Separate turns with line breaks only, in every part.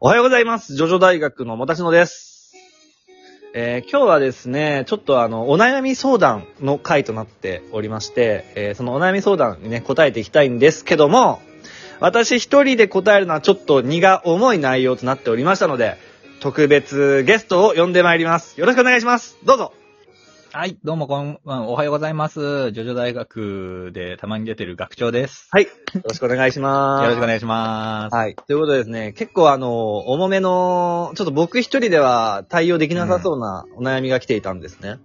おはようございます。ジョジョ大学のもたしのです。えー今日はですね、ちょっとあの、お悩み相談の回となっておりまして、えーそのお悩み相談にね、答えていきたいんですけども、私一人で答えるのはちょっと荷が重い内容となっておりましたので、特別ゲストを呼んでまいります。よろしくお願いします。どうぞ。
はい、どうもこんばん、おはようございます。ジョジョ大学でたまに出てる学長です。
はい。よろしくお願いします。
よろしくお願いします。
はい。ということでですね、結構あの、重めの、ちょっと僕一人では対応できなさそうなお悩みが来ていたんですね。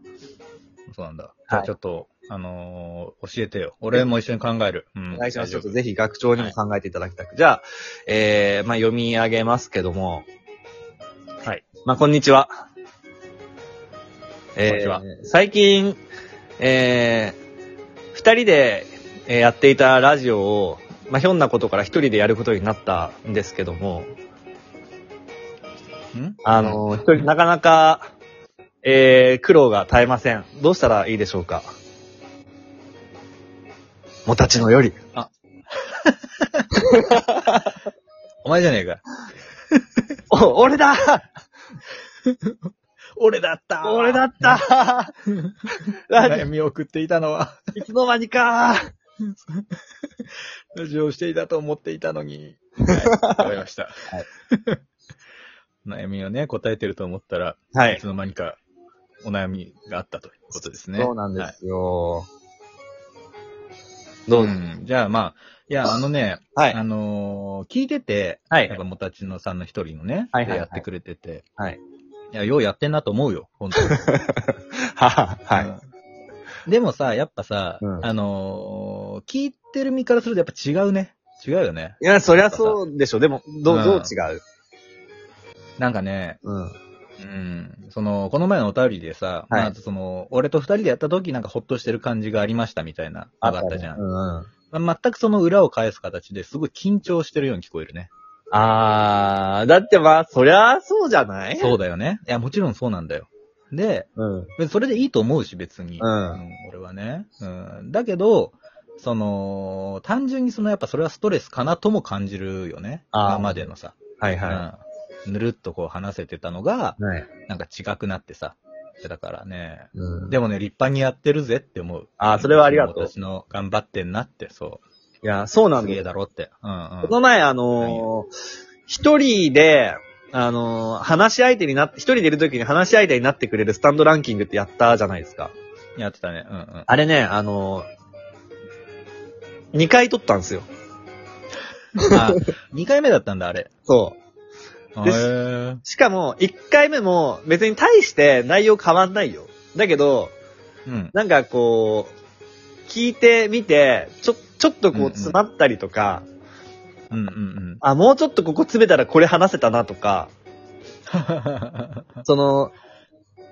そうなんだ。じゃあちょっと、あのー教えてよ。俺も一緒に考える。うん。
お願いします。ちょっ
大丈
と
夫
ぜひ学長にも考えていただきたく。じゃあ、えー、まあ読み上げますけども。
はい。
まあこんにちは。えー
こんにちは
最近、えー、二人でえーやっていたラジオを、まあひょんなことから一人でやることになったんですけども、
ん
あの、一人、なかなか、えー、苦労が絶えません。どうしたらいいでしょうかもたちの より。
お前じゃねえか。
お、俺だ
俺だった
俺だった ラジ
悩みを送っていたのは、
オ、いつの間にか
ラジオをしていたと思っていたのに。 はい、わかりました。
はい
悩みをね、答えてると思ったら、、
はい
つの間にか、お悩みがあったということですね。
そうなんで
はい
すよ。どう、
うん。じゃあまあ、いや、あのね、
はい。
あのー聞いてて、
は
やっ
い
ぱ。もたちのさんの一人のね、
はいはいはい
やってくれてて、
はい。
いや、ようやってんなと思うよ、本当に。
はは、 はい。
い。でもさ、やっぱさ、
うん
あのー聞いてる身からするとやっぱ違うね。違うよね。
いや、そりゃそうでしょ。でも、ど
う
う、
ん
どう違う
なんかね、
うん。
うん、その、この前のお便りでさ、
はい
まあ、その、俺と二人でやった時なんかほっとしてる感じがありましたみたいな、あがったじゃん。
うん。
まあ全くその裏を返す形ですごい緊張してるように聞こえるね。
あー、だってまあ、そりゃそうじゃない
そうだよね。いや、もちろんそうなんだよ。で、
うん。
別にそれでいいと思うし、別に。
うん
俺はね。うん。だけど、その、単純にその、やっぱそれはストレスかなとも感じるよね。
あー
今までのさ。
はいは
うん。ぬるっとこう話せてたのが、
い。はい。
なんか違くなってさ。だからね。
うん。
でもね、立派にやってるぜって思う。
あーそれはありがとう
私の頑張ってんなって、そ
いや、そう
う。
なんだ
すげえ
よ。
だろって。うんうん
こ。の前、あのー一人で、あのー話し相手になって、一人でいる時に話し相手になってくれるスタンドランキングってやったじゃないですか。
やってたね。うんうん。
あれね、あのー、2回撮ったんですよ。
あ、2回目だったんだ、あれ。
そう。
へ
です
ー
しかも、1回目も別に大して内容変わんないよ。だけど、
うん。
なんかこう、聞いてみて、ちょ、ちょっと
うん
こ
う
うん詰まったりとか、
うんうんうん。
あ、もうちょっとここ詰めたらこれ話せたなとか、その、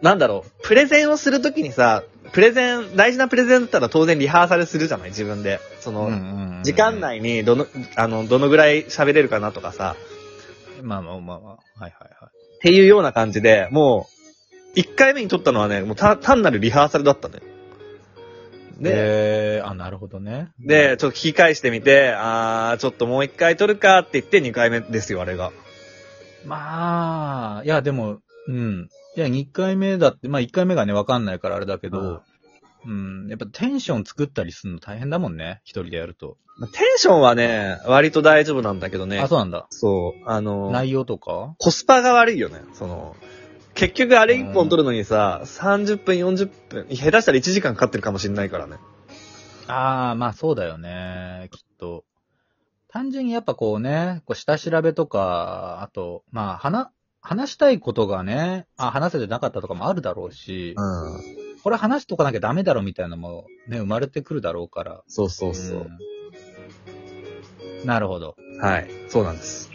なんだろう、プレゼンをするときにさ、プレゼン、大事なプレゼンだったら当然リハーサルするじゃない自分で。その、 時間
い。
内にどの、あの、どのぐらい喋れるかなとかさ、
まあまあまあまあ。はいはいはい。
っていうような感じで、もう、1回目に撮ったのはね、もうた単なるリハーサルだったのよ。で、
で、あ、なるほどね。
で、ちょっと聞き返してみて、あー、ちょっともう1回撮るかって言って2回目ですよ、あれが。
まあ、いやでも、うん。いや、2回目だって、まあ1回目がね、わかんないからあれだけど、うん、やっぱテンション作ったりするの大変だもんね。一人でやると。
まあテンションはね、割と大丈夫なんだけどね
あ、。そうなんだ。
そう、あのー、
内容とか
コスパが悪いよね。その、結局あれ1本取るのにさ、30分、40分、下手したら1時間かかってるかもしれないからね。
ああ、まあそうだよね。きっと。単純にやっぱこうね、こう下調べとか、あと、まあ、話、話したいことがね、あ、話せてなかったとかもあるだろうし、
うん。
これ話しとかなきゃダメだろみたいなのもね、生まれてくるだろうから。
そうそうそう。
んなるほど。
はい。そうなんです。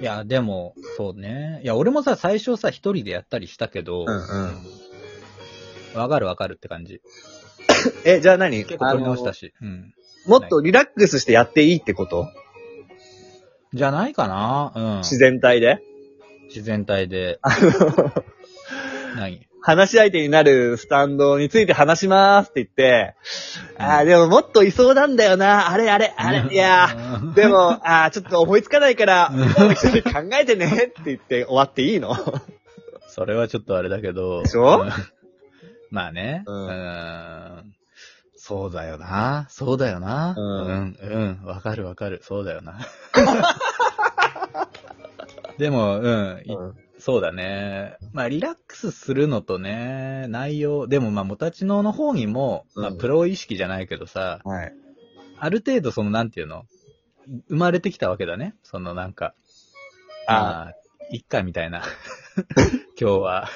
いや、でも、そうね。いや、俺もさ、最初さ、一人でやったりしたけど、
うんうん。
わかるわかるって感じ。
え、じゃあ何
結構取り直した
し。
し。うん。
もっとリラックスしてやっていいってこと
じゃないかなうん。
自然体で。
自然体で。何
話し相手になるスタンドについて話しますって言って、
うん
ああ、でももっといそうなんだよな。あれあれ、あれ、いやー、
ー。
でも、ああ、ちょっと思いつかないから、一緒に考えてねって言って終わっていいの
それはちょっとあれだけど。
でしょ
うん まあね。
う
うんーん。そうだよな。そうだよな。
う
うん
ん、
うん。わかるわかる。そうだよ な。でも、うん、いそうだね。まあ、リラックスするのとね、内容、でもまあ、モタチノの方にも、まあ、
うん
プロ意識じゃないけどさ、
はい。
ある程度その、なんていうの生まれてきたわけだね。そのなんか、
あ
まあ、いっかみた いな。今日は、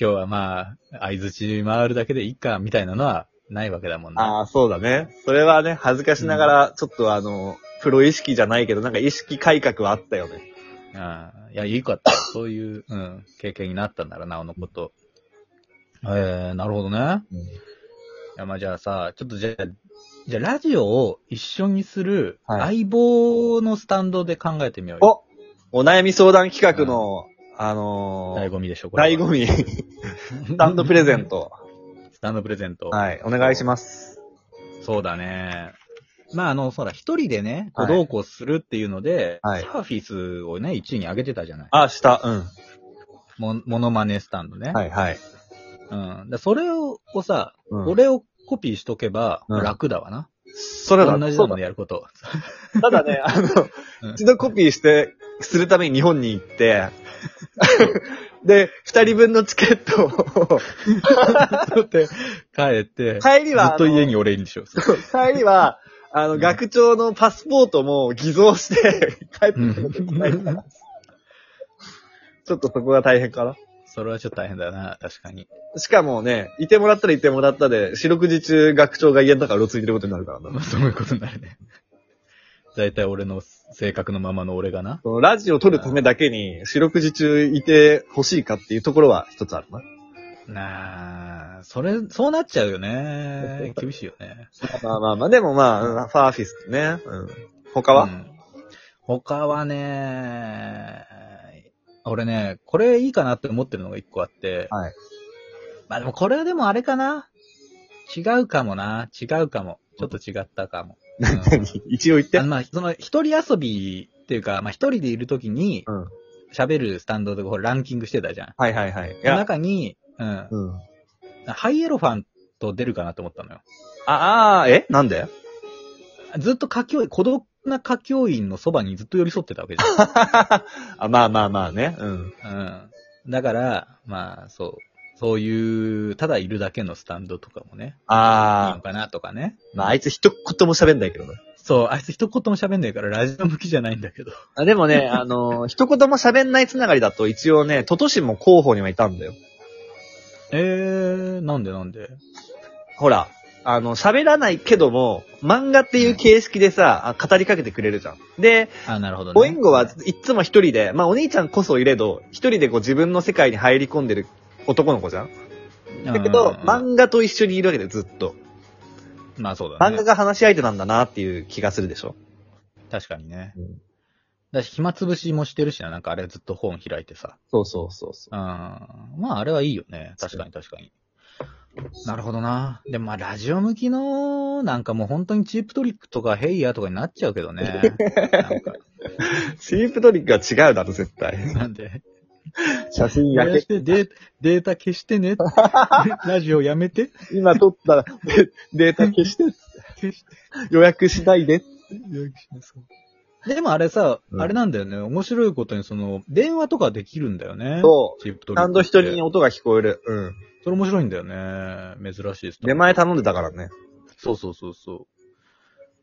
今日はまあ、相槌回るだけでいっかみたいなのはないわけだもんね。
あー、そうだね。それはね、恥ずかしながら、ちょっとあの、プロ意識じゃないけど、なんか意識改革はあったよね。
うんいや、いいかった。そういう、うん、経験になったんだろうな、おのこと。えー、なるほどね。
うん
いや、まあじゃあさ、ちょっとじゃあ、じゃあラジオを一緒にする
はい
相棒のスタンドで考えてみようよ。
おお悩み相談企画の、あのー
醍醐味でしょ、これ
醍醐
は。
味、 スタンドプレゼント。
スタンドプレゼント。
はい、お願いします。
そうだね。まあ、あの、そうだ、一人でね、こう
はい
どうこうするっていうので、
はい
サーフィスをね、1位に上げてたじゃない。
あ、した、うん。
も、モノマネスタンドね。
はい、はい。
うん。だそれををさ、
うん、
俺をコピーしとけば、
うん
楽だわな。
それは
同じ
そ
だ
うだ
もんね、やること。
ただ ね、あの
うん、
一度コピーして、するために日本に行って、で、二人分のチケットを、
取って、帰って、
帰り
ず
は、
っと家
に。
に俺いるんでしょ。
帰りは、あの、
うん
学長のパスポートも偽造して、帰って
う
くることないから
ん。
ちょっとそこが大変かな。
それはちょっと大変だな、確かに。
しかもね、いてもらったらいてもらったで、四六時中学長が家の中うろついてることになるからな。
まあ、そういうことになるね。だいたい俺の性格のままの俺がな。
そのラジオ撮るためだけに、四六時中いてほしいかっていうところは一つあるな。
なあ、それ、そうなっちゃう よね。厳しいよね。
まあまあまあ、でもまあ、ファーフィスね。うん。他は、
うん他はね、俺ね、これいいかなって思ってるのが一個あって、
はい。
まあでもこれはでもあれかな違うかもな。違うかも。ちょっと違った かも。うん
一応言って。
あまあ、その一人遊びっていうか、まあ一人でいるときに
うん。
喋るスタンドでこうランキングしてたじゃん。
はいはいはい。い
その
や、
中に、うん、
うん。あ
ハイエロファント出るかなと思ったのよ。
あー、えなんで
ずっと歌教員、孤独な歌教員のそばにずっと寄り添ってたわけじゃん。
あまあまあまあね。うん。
うん。だから、まあ、そう。そういう、ただいるだけのスタンドとかもね、いいの
ああ、
かなとかね。
まああいつ一言も喋んないけどね。
そう、あいつ一言も喋んないからラジオ向きじゃないんだけど。
あでも ね、あのー一言も喋んないつながりだと一応ね、トトシも候補にはいたんだよ。
えー、なんでなんで
ほら、あの、喋らないけども、漫画っていう形式でさ、あ語りかけてくれるじゃん。で、
あ、なるほどね。
ボインゴはいつも一人で、まあお兄ちゃんこそいれど、一人でこう自分の世界に入り込んでる男の子じゃん。
うん、
だけど、
うん
漫画と一緒にいるわけでずっと。
まあそうだ
漫
ね。
画が話し相手なんだなっていう気がするでしょ。
確かにね
うん。
だし、暇つぶしもしてるしな、なんかあれずっと本開いてさ。
そうそうそうそ
うん。まああれはいいよね。確かに確かに。なるほどな。でもまあラジオ向きの、なんかもう本当にチープトリックとかヘイヤーとかになっちゃうけどね。なんか、
う。スイープトリックは違うだろ、絶対。
なんで。
写真
燃
焼
や
け
し、てデーデータ消し てね。ラジオやめて。
今撮ったデデータ消して、
消して。
予約しないで。
でもあれさ、
うん
あれなんだよね。面白いことに、その、電話とかできるんだよね。。
そう
チープ
ち
トリックって。
ゃんと人に音が聞こえる。うん。
それ面白いんだよね。珍しいです。
出前頼んでたからね。
そうそうそうそ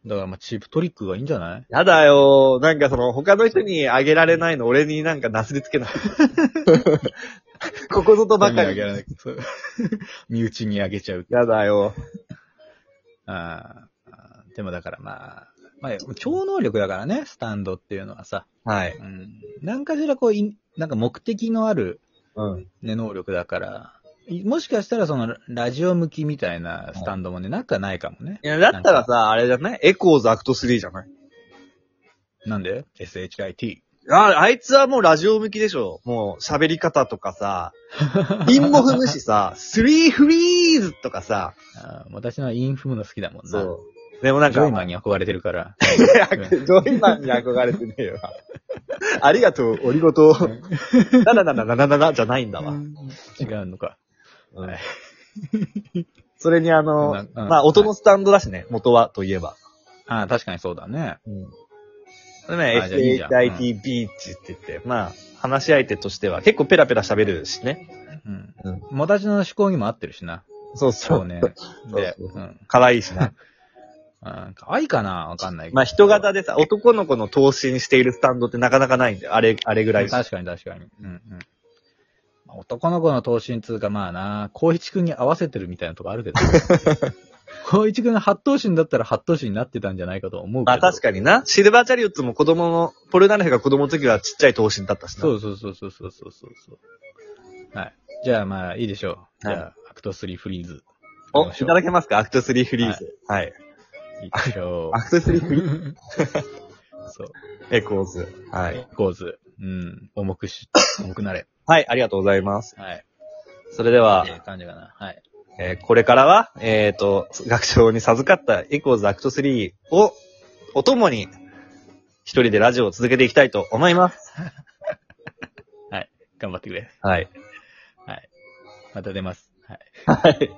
う。だからまあ、チープトリックがいいんじゃない
やだよーなんかその、他の人にあげられないの、俺になんかなすりつ けない。ここぞとばかり。
手にあげられないそう。 身内にあげちゃう。
やだよ
あーあーでもだからまあ、まあ、超能力だからね、スタンドっていうのはさ。
はい。
うん。なんかしらこう、いなんか目的のある、
うん。
ね、能力だから、いもしかしたらその、ラジオ向きみたいなスタンドもね、なんかないかもね。
いや、だったらさ、あれじゃないエコーズアクト3じゃない
なんで ?SHIT。
あ、あいつはもうラジオ向きでしょ。もう喋り方とか さ、インも踏むしさ、スリーフリーズとかさ、
あー私のはインフムの好きだもんな。
そう。でもなん
ジ
か
ョイ、マンに憧れてるから。
ジョイマンに憧れてねえよ。ありがとう、おりごと。ななななななななじゃないんだわ。
違うのか。はい
それにあ
な
の
うん、
まあ、音のスタンドだしね、元はといえば。
ああ、確かにそうだね。
でね、
あじゃあいいじゃん
SHIT ビーチって言って、まあ、話し相手としては結構ペラペラ喋るしね。
うん
うん。
もたちの思考にも合ってるしな。
そう
そうね。で、
そう
う
そ
ん。
可愛いしな。
うん可愛いかなわかんないけど。
まあ、人型でさ、男の子の投身しているスタンドってなかなかないんだよ。あれ、あれぐらい。
確かに確かに。うんうん。まあ男の子の等身通かまあな、光一くんに合わせてるみたいなとこあるけど。 光一くんが八頭身だったら八頭身になってたんじゃないかと思うけど。
まあ、確かにな。シルバーチャリオッツも子供の、ポルナレフが子供の時はちっちゃい投身だったしな。
そうそうそうそうそうそうそう。はい。じゃあまあいいでしょう。
はい
じゃあ、アクト3フリーズ。
お、いただけますかアクト3フリーズ。はい。
いきましょ
アクト3フリーズ
う。 そう。
エコーズ。はい。
ゴーズ。うん。重くし、重くなれ。
はい、ありがとうございます。
はい。
それでは
って、いう感じかな。はい。
えーこれからは、えっ、と、学長に授かったエコーズアクト3を、お供に、一人でラジオを続けていきたいと思います。
頑張ってくれ。
はい。
また出ます。はい。
はい。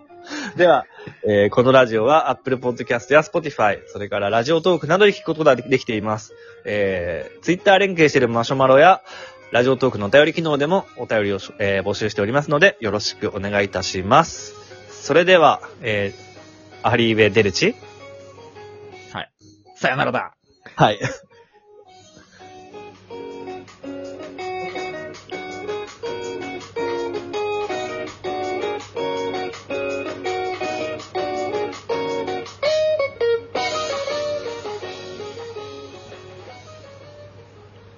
では、えーこのラジオは Apple Podcast や Spotify、それからラジオトークなどで聞くことができています。えー、Twitter 連携しているマシュマロや、ラジオトークのお便り機能でもお便りをし、えー募集しておりますので、よろしくお願いいたします。それでは、えー、アリーベ・デルチ
さよならだ
はい。